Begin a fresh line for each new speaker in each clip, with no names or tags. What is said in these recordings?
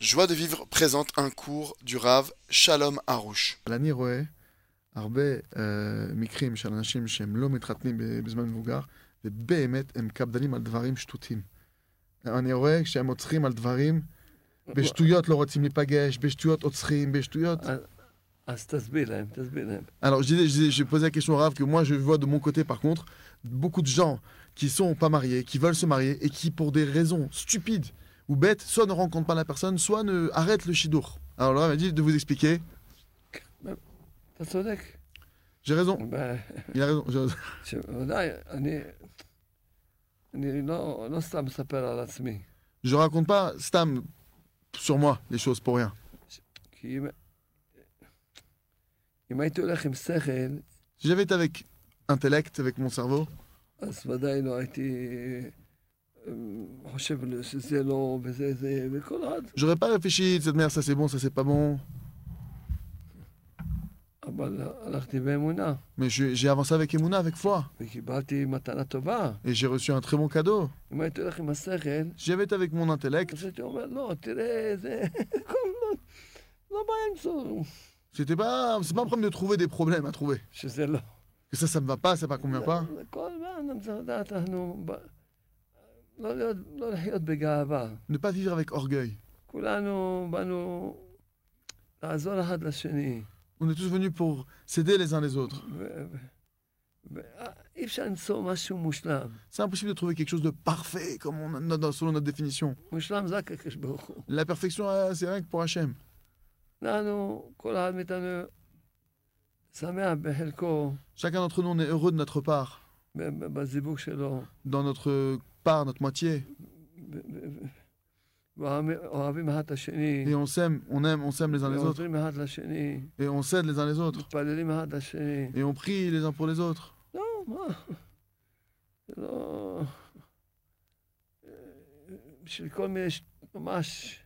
Joie de vivre présente un cours du Rav Shalom Harouche.
אבל אני רואה הרבה אה, מקרים של אנשים שהם לא מתחתנים ב- בזמן מבוגר, ובאמת הם קפדנים על דברים שטותיים. אני רואה שהם עוצרים על דברים, בשטויות לא רוצים להיפגש, בשטויות עוצרים, בשטויות...
אז- אז תסביר lהם, תסביר להם.
Alors, je disais- je disais- j'ai posé la question au Rav que moi, je vois de mon côté, par contre, beaucoup de gens qui sont pas mariés, qui veulent se marier et qui, pour des raisons stupides ou bêtes, soit ne rencontrent pas la personne, soit ne arrêtent le shidour. Alors, le Rav m'a dit de vous expliquer.
אתה צודק.
J'ai raison,
ב-
il a raison. j'ai raison.
שוודאי, אני... אני לא, לא סתם מספר על עצמי,
Je raconte pas, Stam, sur moi, les choses pour rien.
כי אם, אם הייתי הולך עם שכל,
Si j'avais été avec intellect, avec mon cerveau,
אז ודאי לא הייתי אמ, חושב שזה לא וזה זה, וכל עד.
j'aurais pas réfléchi de cette manière, ça c'est bon, ça c'est pas bon.
אבל הלכתי באמונה,
Mais je- j'ai avancé avec Emouna, avec foi,
וקיבלתי מתנה טובה.
et j'ai reçu un très bon cadeau.
אם הייתי הולך עם השכל,
Si j'avais été avec mon intellect,
אז הייתי אומר, לא, תראה, זה... הכל לא, לא באמצע,
c'était pas, c'est pas un problème de trouver des problèmes à trouver.
שזה לא.
que ça, ça me va pas, ça me convient pas.
זה- זה כל הזמן צריך לדעת, אנחנו... ב- לא להיות- לא לחיות בגאווה.
Ne pas vivre avec orgueil.
כולנו באנו לעזור אחד לשני.
On est tous venus pour s'aider les uns les autres.
ו- ו- ו- אה, אי אפשר למצוא משהו מושלם.
C'est impossible de trouver quelque chose de parfait, comme on a, dans- selon notre définition.
מושלם זה רק הקדוש ברוך הוא.
La perfection, euh, c'est rien que pour Hachem.
אנחנו, כל אחד מאיתנו שמח בחלקו,
Chacun d'entre nous, on est heureux de notre part,
ב- ב- בזיווג שלו,
dans notre part, notre moitié.
ב- ב- ב- ואוהבים- אוהבים אחד את השני,
Et on s'aime, on aime, on s'aime les uns les autres.
ועוזרים אחד לשני,
Et on s'aide les uns les autres.
מתפללים אחד לשני.
Et on prie les uns pour les autres.
לא, מה? זה לא... אה, בשביל כל מיני, ש- ממש,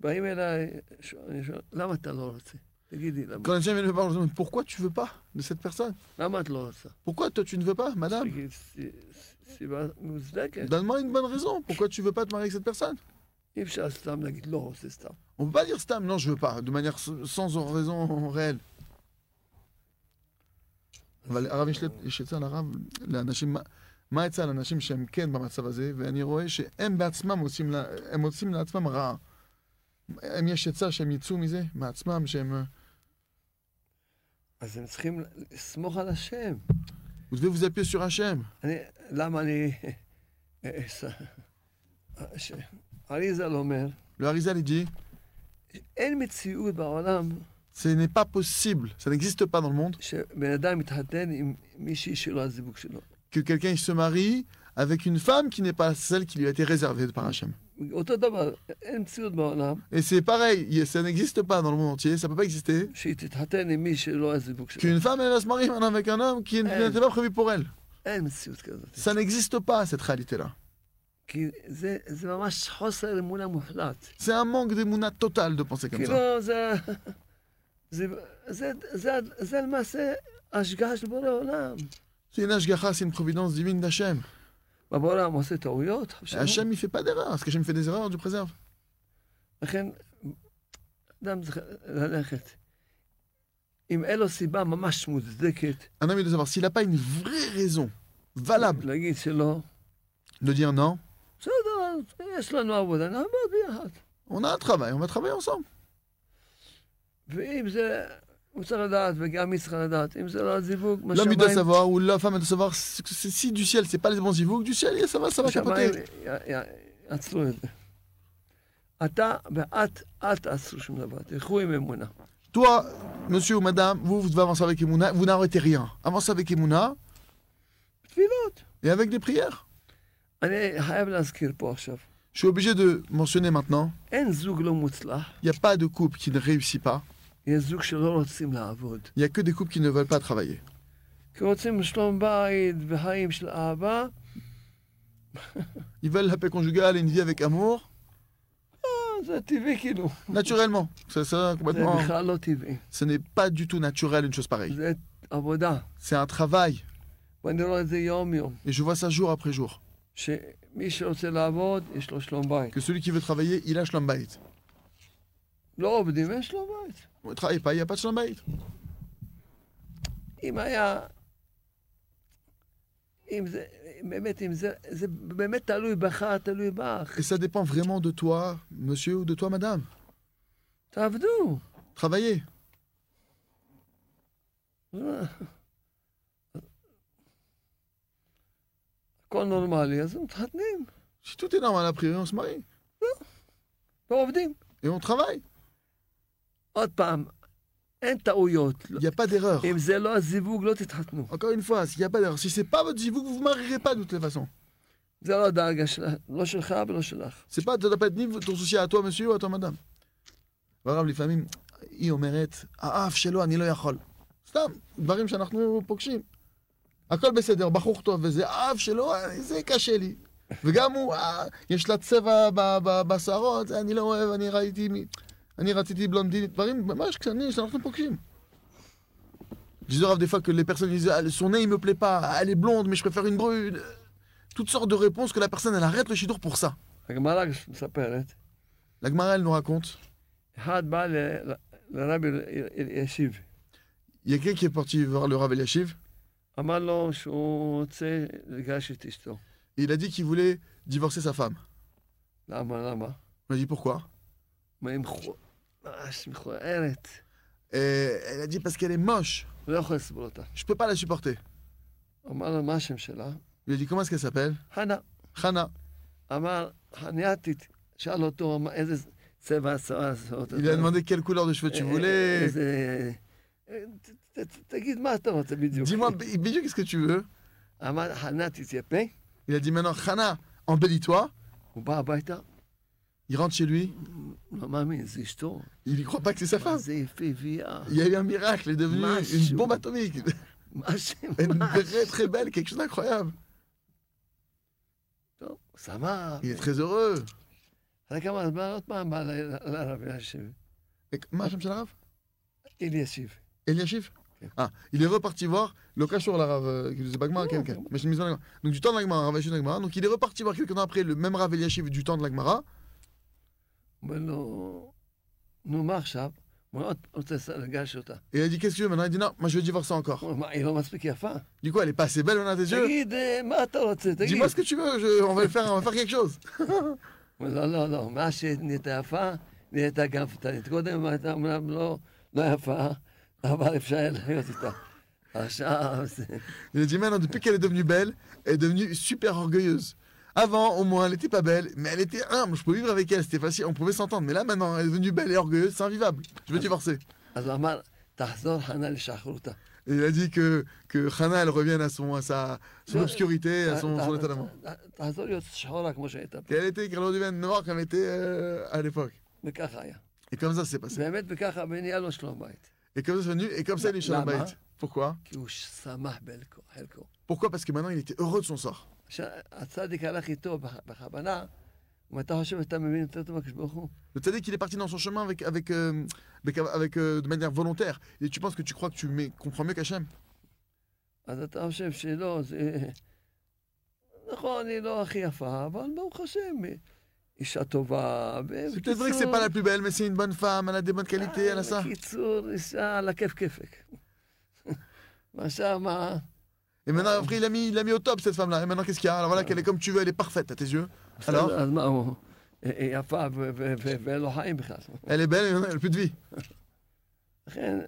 באים אליי, ש- אני שואל, למה אתה לא רוצה? תגידי, למה?
Quand les gens viennent me voir, je leur demande pourquoi tu veux pas de cette personne
למה את לא רוצה?
Pourquoi toi tu ne veux pas, madame
תגיד, "סי- סי- סיבה מוצדקת.
Donne-moi une bonne raison. Pourquoi tu veux pas te marier avec cette personne
אי אפשר סתם להגיד לא רוצה סתם.
On peut pas dire Stam, non, je veux pas, de manière s- sans raison réelle. אבל הרב, יש לי- יש עצה לרב, לאנשים, מה- מה העצה לאנשים שהם כן במצב הזה, ואני רואה שהם בעצמם עושים, לה- הם עושים לעצמם רע. הם יש עצה שהם יצאו מזה, מעצמם, שהם... אה,
אז הם צריכים לסמוך על השם.
Vous devez vous appuyer sur Hachem.
אני, למה אני... אה, ש- אריזל אומר,
Le Harizal, il dit,
אין מציאות בעולם
ce n'est pas possible, ça n'existe pas dans le monde,
שבן אדם מתחתן עם מישהי שלא הזיווג שלו.
que quelqu'un il se marie avec une femme qui n'est pas celle qui lui a été réservée par Hachem.
אותו דבר, אין מציאות בעולם
Et c'est pareil, il- ça n'existe pas dans le monde entier, ça peut pas exister.
שהיא תתחתן עם מי שלא הזיווג שלו.
qu'une femme elle va se marier maintenant avec un homme qui
Elle.
n'était pas prévu pour elle.
אין מציאות כזאת.
Ça n'existe pas cette réalité-là.
כי זה, זה ממש חוסר אמונה מוחלט.
C'est un manque d'émouna total de penser comme ça.
כאילו, זה... זה, זה, זה, זה למעשה השגאה של בורא עולם.
C'est une hashgacha, c'est une providence divine d'Hachem.
מה, בורא עולם עושה טעויות? חושב.
Hachem, il fait pas d'erreur. Est-ce qu'Hachem fait des erreurs, Dieu préserve
לכן, אדם צריך ללכת. אם אין לו סיבה ממש מוצדקת
Un homme, il doit savoir s'il n'a pas une vraie raison valable
להגיד שלא,
de dire non,
בסדר, אז יש לנו עבודה, נעמוד ביחד.
on a un travail, on va travailler ensemble.
ואם זה, הוא צריך לדעת, וגם היא צריכה לדעת, אם זה לא הזיווג, מה
L'homme, il doit
שמיים,
savoir, ou la femme, elle doit savoir si si du ciel, c'est pas les bons que du ciel, ça va, ça va
השמיים
capoter.
י- י- יעצרו את זה. אתה ואת, אל תעשו שום דבר, תלכו עם אמונה.
Toi, monsieur ou madame, vous, vous devez avancer avec Emouna, vous n'arrêtez rien. Avancez avec Emouna
תפילות.
et avec des prières.
אני חייב להזכיר פה עכשיו,
Je suis obligé de mentionner maintenant,
אין זוג לא מוצלח,
il n'y a pas de couple qui ne réussit pas,
יש זוג שלא רוצים לעבוד.
il n'y a que des couples qui ne veulent pas travailler.
כי רוצים שלום בית וחיים של אהבה,
Ils veulent la paix conjugale et une vie avec amour,
אה, זה טבעי כאילו.
naturellement. Ça, ça,
זה
complètement.
בכלל לא טבעי.
Ce n'est pas du tout naturel une chose pareille.
זה עבודה.
C'est un travail,
ואני רואה את זה יום-יום.
et je vois ça jour après jour.
שמי שרוצה לעבוד, יש לו שלום בית.
Que celui qui veut travailler, il lâche l'embête.
לא עובדים, יש לו בית.
הוא איתך, היא פ- היא הבת של הבית.
אם היה... אם זה, באמת, אם זה, זה באמת תלוי בך, תלוי בך.
Et ça dépend vraiment de toi, monsieur, ou de toi, madame.
תעבדו.
Travaillez.
הכל נורמלי, אז הם מתחתנים,
Si tout est normal, a priori, on se marie.
לא עובדים.
Et on travaille.
עוד פעם, אין טעויות.
Il n'y a pas d'erreur.
אם זה לא הזיווג, לא תתחתנו.
Encore une fois, s'il n'y a pas d'erreur, si c'est pas votre vous, vous ne marierez pas de toutes les façons.
זה לא הדאגה שלך, לא שלך ולא שלך.
C'est pas, ça doit pas être ni ton souci à toi, monsieur, ou à toi, madame. והרב לפעמים, היא אומרת, האף שלו אני לא יכול. סתם, דברים שאנחנו פוגשים. הכל בסדר, בחור טוב וזה, האף שלו, אה, זה קשה לי. וגם הוא, אה, יש לה צבע ב- ב- בשערות, זה אני לא אוהב, אני ראיתי, מי- אני רציתי בלונדינית, דברים ממש קטנים שאנחנו פוגשים. Je dis des fois que les personnes disent Ah, son nez il me plaît pas, ah, elle est blonde mais je préfère une brune. Toutes sortes de réponses que la personne elle arrête le chidour pour ça.
הגמרא מספרת,
La Gemara elle nous raconte
אחד בא ל- ל- לרבי אלישיב,
il y a quelqu'un qui est parti voir le Rav Eliashiv,
אמר לו שהוא רוצה לגרש את אשתו.
et il a dit qu'il voulait divorcer sa femme.
למה, למה?
On a dit pourquoi
מה, היא מכו- ממש מכוערת,
et Elle a dit parce qu'elle est moche,
הוא לא יכול לסבול אותה.
je peux pas la supporter.
אמר לו, מה השם שלה?
Il a dit comment est-ce qu'elle s'appelle
חנה.
Hana.
אמר, חניאתית, שאל אותו "מה- איזה צבע הצבא הזאת. "אה,
Il a demandé quelle couleur de
Euh,
cheveux tu voulais.
איזה... אה, ת- ת- ת- תגיד מה אתה רוצה בדיוק.
Dis-moi, Bidou, qu'est-ce que tu veux
אמר, חנה תתייפה,
Il a dit maintenant Hana, embellis-toi.
הוא בא הביתה,
Il rentre chez lui,
לא מאמין, זה אשתו.
il y croit pas que c'est sa
מה
femme.
זה יפיבייה.
Il y a eu un miracle, elle est devenue
Macho.
une bombe atomique.
מה השם?
Elle est très très belle, quelque chose d'incroyable.
טוב, הוא שמח.
Il est très heureux.
אחרי כמה זמן עוד פעם בא ל- ל- לרב אלישיב.
Et- Ma Hashem Shalarav
אלישיב.
Eliashiv
Ok.
Ah, il est reparti voir le cachot, la Rav, euh, qui nous est Bagmara,
Oh.
quelqu'un. Mais je me souviens de la Gemara. Donc du temps de la Gemara, Rav Eliashiv de la Gemara. Donc il est reparti voir quelques temps après le même Rav Eliashiv du temps de hein. la Gemara.
אומר לו, נו, מה עכשיו? הוא מאוד רוצה לגרש אותה.
Et il a dit Qu'est-ce que tu veux maintenant Il a dit Non, moi je veux divorcer encore.
הוא אומר, מה, היא לא מספיק יפה?
Du coup, elle est pas assez belle maintenant à tes yeux
תגיד, אה, מה אתה רוצה? תגיד.
Dis-moi ce que tu veux, je- on, va le faire, on va faire quelque chose.
הוא אומר, לא, לא, לא, מאז שנהיית יפה, נהיית גם פתנית. קודם הייתה אומנם לא, לא יפה, אבל אפשר היה לחיות איתה. עכשיו זה...
Il a dit Maintenant, depuis qu'elle est devenue belle, elle est devenue super orgueilleuse. Avant, au moins, elle était pas belle, mais elle était humble. Je pouvais vivre avec elle, c'était facile, on pouvait s'entendre. Mais là, maintenant, elle est devenue belle et orgueilleuse, c'est invivable. Je veux divorcer.
אז הוא אמר, תחזור חנה לשחרותה.
Et il a dit que, que Hana, elle revienne à, son, à sa, son
Je-
obscurité, à son, son état d'amour.
תחזור להיות שחורה כמו שהייתה פה.
Qu'elle était, qu'elle redevienne noire comme elle était euh, à l'époque.
וככה היה.
Et comme ça, c'est passé.
באמת וככה, ונהיה לו שלום בית.
Et comme ça, c'est venu, et comme ça, il est chez la
Lama.
Bait. Pourquoi
כי הוא שמח בחלקו- חלקו.
Pourquoi Parce que maintenant, il était heureux de son sort.
עכשיו, הצדיק הלך איתו בכ- בכוונה, אם אתה חושב שאתה מבין יותר טוב מהקדוש ברוך הוא,
Le tzaddik, il est parti dans son chemin avec, avec, euh, avec, avec, euh, de manière volontaire. Et tu penses que tu crois que tu mets- comprends mieux qu'Hachem
אז אתה חושב שלא, זה... נכון, היא לא הכי יפה, אבל ברוך השם, היא אישה טובה, ו-
C'est peut-être vrai que c'est pas la plus belle, mais c'est une bonne femme, elle a des bonnes qualités, elle a ça.
אה, בקיצור, אישה על הכיף-כיפק. מה שמה,
Et maintenant, après, il a mis, il l'a mis au top, cette femme-là. Et maintenant, qu'est-ce qu'il y a Alors voilà qu'elle est comme tu veux, elle est parfaite à tes yeux. Alors
אז מה הוא? היא היא יפה ו- ו- ו- ואין לו חיים בכלל.
Elle est belle et maintenant, elle a plus de vie.
לכן,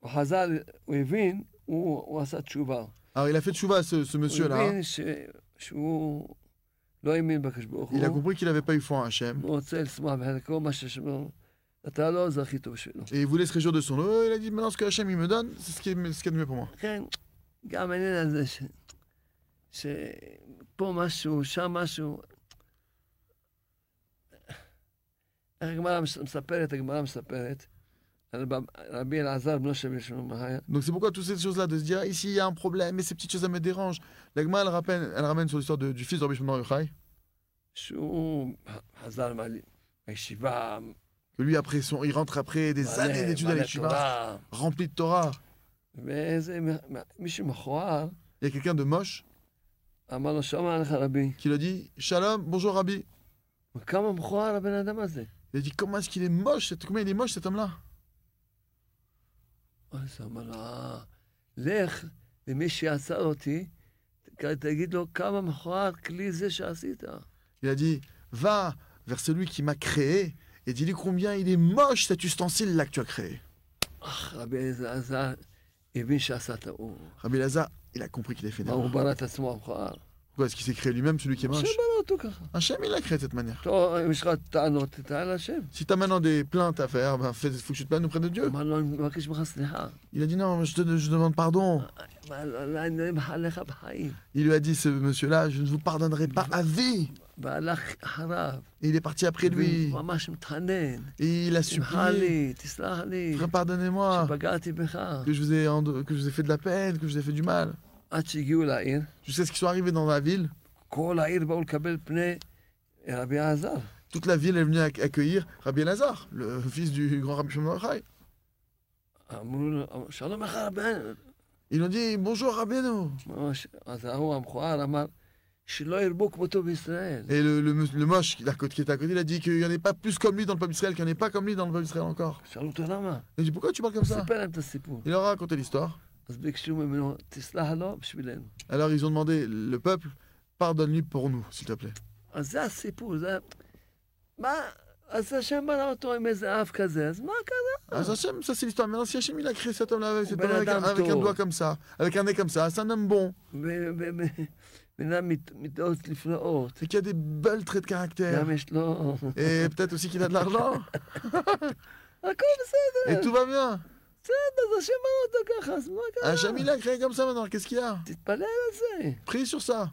הוא חזר, הוא הבין, הוא הוא עשה תשובה.
Alors, il a fait tchouva à ce, ce
הוא
monsieur-là.
הבין ש- שהוא לא האמין בקדוש ברוך
Il a
הוא,
compris qu'il n'avait pas eu foi en Hachem.
הוא רוצה לשמוח בחלקו, מה ששמעו, אתה לא זה הכי טוב שלו.
Et il voulait se réjouir de son lot. Il a dit maintenant ce que Hachem il me donne, c'est ce qui est, ce qui est de mieux pour moi.
לכן, גם העניין הזה, ש- שפה משהו, שם משהו. איך הגמרא מס- מספרת, הגמרא מספרת, על רב- רבי אלעזר בנו של שלמה היה,
Donc c'est pourquoi toutes ces choses-là, de se dire ici il y a un problème, mais ces petites choses elles me dérangent. La Gemara, elle, rappelle- elle ramène sur l'histoire de- du fils de Rabbi Shimon Bar Yochai,
שהוא חזר מה- מהישיבה,
que lui après son, il rentre après des
מלא-
années d'études à
מלא
l'étuva,
תורה,
rempli de Torah.
ואיזה מ- מישהו מכוער
Il y a quelqu'un de moche
אמר לו, שומע לך רבי,
qui lui a dit Shalom, bonjour Rabbi.
כמה מכוער הבן אדם הזה.
Il Il a dit Comment est-ce qu'il est moche cet- Combien il est moche cet homme-là
אז הוא אמר לה, "אה, לך למי שעצר אותי, ת- תגיד לו כמה מכוער כלי זה שעשית.
Il a dit Va vers celui qui m'a créé et dis-lui combien il est moche cet ustensile-là que tu as créé.
אך רבי אלעזר הבין שעשה טעות.
Rabbi Lazare, il a compris qu'il a fait une
מה, הוא
erreur.
ברא את עצמו המכוער.
Pourquoi est-ce qu'il s'est créé lui-même celui qui est
השם
moche
ברא אותו ככה.
Hachem, il l'a créé de cette manière.
טוב, אם יש לך טענות, תטען להשם.
Si t'as maintenant des plaintes à faire, ben fais, faut que tu te plaignes auprès de Dieu.
אמר לו, אני מבקש ממך סליחה.
Il a dit non, je te je demande pardon.
אמר לו, "לא, אני לא אמחה לך בחיים.
Il lui a dit ce monsieur-là, je ne vous pardonnerai pas à vie.
והלך אחריו.
Et il est parti après lui.
והוא ממש מתחנן.
Et il a
שמחה
supplié.
לי, תסלח לי,
Frère, pardonnez-moi
שפגעתי בך.
que je vous ai en- que je vous ai fait de la peine, que je vous ai fait du mal.
עד שהגיעו לעיר,
Jusqu'à ce qu'ils soient arrivés dans la ville,
כל העיר באו לקבל פני רבי אלעזר.
toute la ville est venue ac- accueillir Rabbi Lazare, le fils du grand Rabbi Shimon Bar Yochai.
אמרו לו, שלום לך רבנו.
Ils ont dit bonjour Rabbeinu.
ממש, אז ההוא המכוער אמר, שלא ירבו כמותו בישראל.
Et le, le, mus- le moche qui est à côté, qui était à côté, il a dit qu'il n'y en ait pas plus comme lui dans le peuple d'Israël, qu'il n'y en ait pas comme lui dans le peuple d'Israël encore.
שאלו אותו למה?
Il a dit pourquoi tu parles comme ça
סיפר להם את הסיפור.
Il leur a raconté l'histoire.
אז ביקשו ממנו, תסלח לו בשבילנו.
Alors ils ont demandé, le peuple, pardonne-lui pour nous, s'il te plaît.
אז זה הסיפור, זה... מה? אז השם ברא אותו עם איזה אף כזה, אז מה קרה?
Ah, Hachem, ça c'est l'histoire. Maintenant, si Hachem il a créé cet homme-là avec, cet
Ben,
homme-là avec un-
Adam
avec un
Tour.
doigt comme ça, avec un nez comme ça, c'est un homme bon,
ו- ו- ו- בן אדם מת- מידות לפלאות,
c'est qu'il a des belles traits de caractère,
גם יש לו...
et peut-être aussi qu'il a de l'argent,
הכל
et
בסדר,
tout va bien.
בסדר, אז השם ברא אותו ככה, אז מה קרה?
Hachem il a créé comme ça maintenant, qu'est-ce qu'il y a
תתפלל על זה,
Prie sur ça,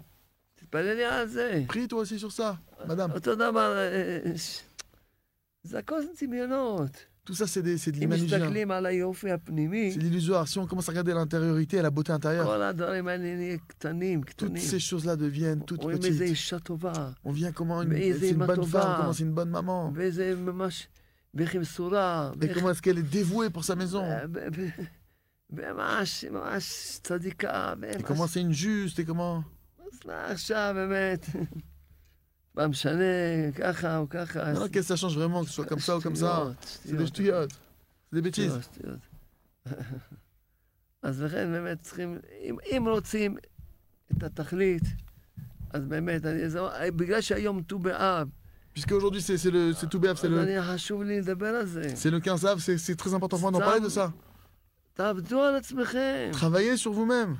תתפלל לי על זה.
prie toi aussi sur ça, madame.
אותו דבר, אה, אה, ש- זה הכל דמיונות.
Tout ça c'est des- c'est de
אם
l'imaginaire,
מסתכלים על היופי הפנימי,
c'est de l'illusoire. Si on commence à regarder l'intériorité et la beauté intérieure,
כל הדברים האלה נהיה קטנים,
toutes
קטנים.
ces choses-là deviennent toutes
רואים איזה
petites.
אישה טובה,
On vient comment une,
Mais
c'est une
Zéma
bonne
Tova.
femme, comment c'est une bonne maman.
ואיזה ממש, ואיך היא מסורה,
Et
ואיך... אה,
comment est-ce qu'elle est dévouée pour sa maison
ו- ו- וממש, ממש צדיקה,
Et comment
וממש...
c'est une juste Et comment
אז מה עכשיו באמת? מה משנה, ככה או ככה?
Non,
אז-
qu'est-ce que ça change vraiment que ce soit comme ça ou comme ça
שטויות,
Ah, C'est des ch'touillottes.
שטויות.
C'est des bêtises.
שטויות, שטויות. אז לכן באמת צריכים, אם, אם רוצים את התכלית, אז באמת, אני, זה, בגלל שהיום ט"ו באב,
Puisque aujourd'hui c'est c'est le c'est tout béaf,
אז
c'est le
אני חשוב לי לדבר על זה.
c'est le 15 av, c'est c'est très important pour moi d'en parler de ça.
תעבדו על עצמכם.
Travaillez sur vous-même.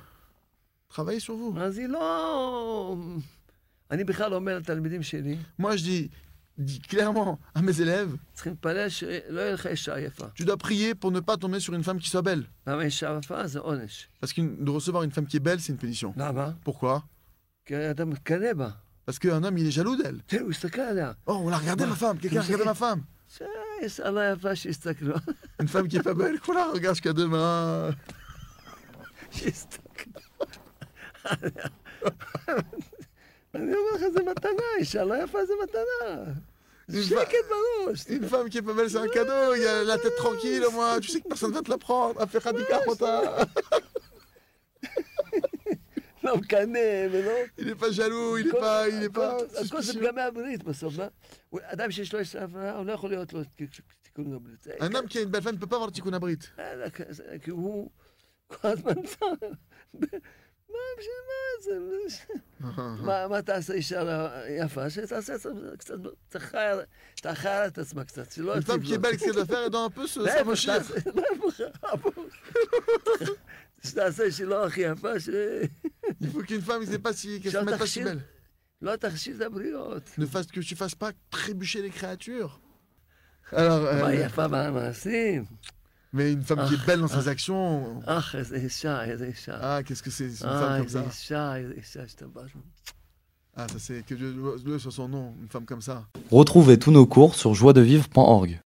Travaillez sur vous.
אז היא לא... אני בכלל אומר לתלמידים שלי,
Moi je dis, dis clairement à mes élèves,
צריכים להתפלל שלא יהיה לך אישה יפה.
tu dois prier pour ne pas tomber sur une femme qui soit belle.
למה אישה יפה זה עונש.
Parce que de recevoir une femme qui est belle, c'est une pénition.
למה?
Pourquoi
כי אתה מתקנא בה.
Parce qu'un homme, il est jaloux d'elle.
תראה, הוא הסתכל עליה.
Oh, on l'a regardé ma femme, quelqu'un a regardé ma femme.
יש עלה יפה שהסתכלו.
Une femme qui est pas belle, voilà, regarde jusqu'à demain.
שהסתכלו. אני אומר לך, זה מתנה, אישה לא יפה זה מתנה.
זה
שקט בראש.
Une femme qui est pas belle, c'est un cadeau. Il y a la tête tranquille, au moins. Tu sais que personne va te la prendre. À faire Rota.
לא מקנא ולא...
Il est pas jaloux, il est pas, il est pas.
הכל- הכל זה
suspicieux.
פגמי הברית בסוף. מה? הוא- אדם שיש לו אישה יפה, הוא לא יכול להיות לו תיקון הברית. זה-
Un homme qui a une belle femme ne peut pas avoir le tikkun abrit.
אה, זה- כי הוא כל הזמן צר. מה, בשביל מה זה?
Ah,
מה- מה תעשה אישה לא- יפה? שתעשה קצת... תחר- תחר את עצמה קצת, שלא...
Une femme
יציב
qui est
לו.
belle, qu'est-ce qu'elle doit faire Elle doit un peu se
להפך,
s'enrichir.
תעשה- להפך, הפוך. שתעשה שלא הכי יפה, שלא
Il faut qu'une femme, c'est pas si, qu'elle se
Genre
mette pas si
Tarchil.
belle.
לא תחשיב את הבריות.
Ne fasse que tu fasses pas trébucher les créatures. Alors, euh,
מה יפה במעשים?
mais une femme qui est belle dans ses actions.
אך, איזה אישה, איזה אישה.
Ah, qu'est-ce que c'est, c'est une
אה,
femme comme
איזה
ça
אישה, איזה אישה שאתה בא.
Ah, ça c'est que Dieu le soit son nom, une femme comme ça.
Retrouvez tous nos cours sur joiedevivre.org.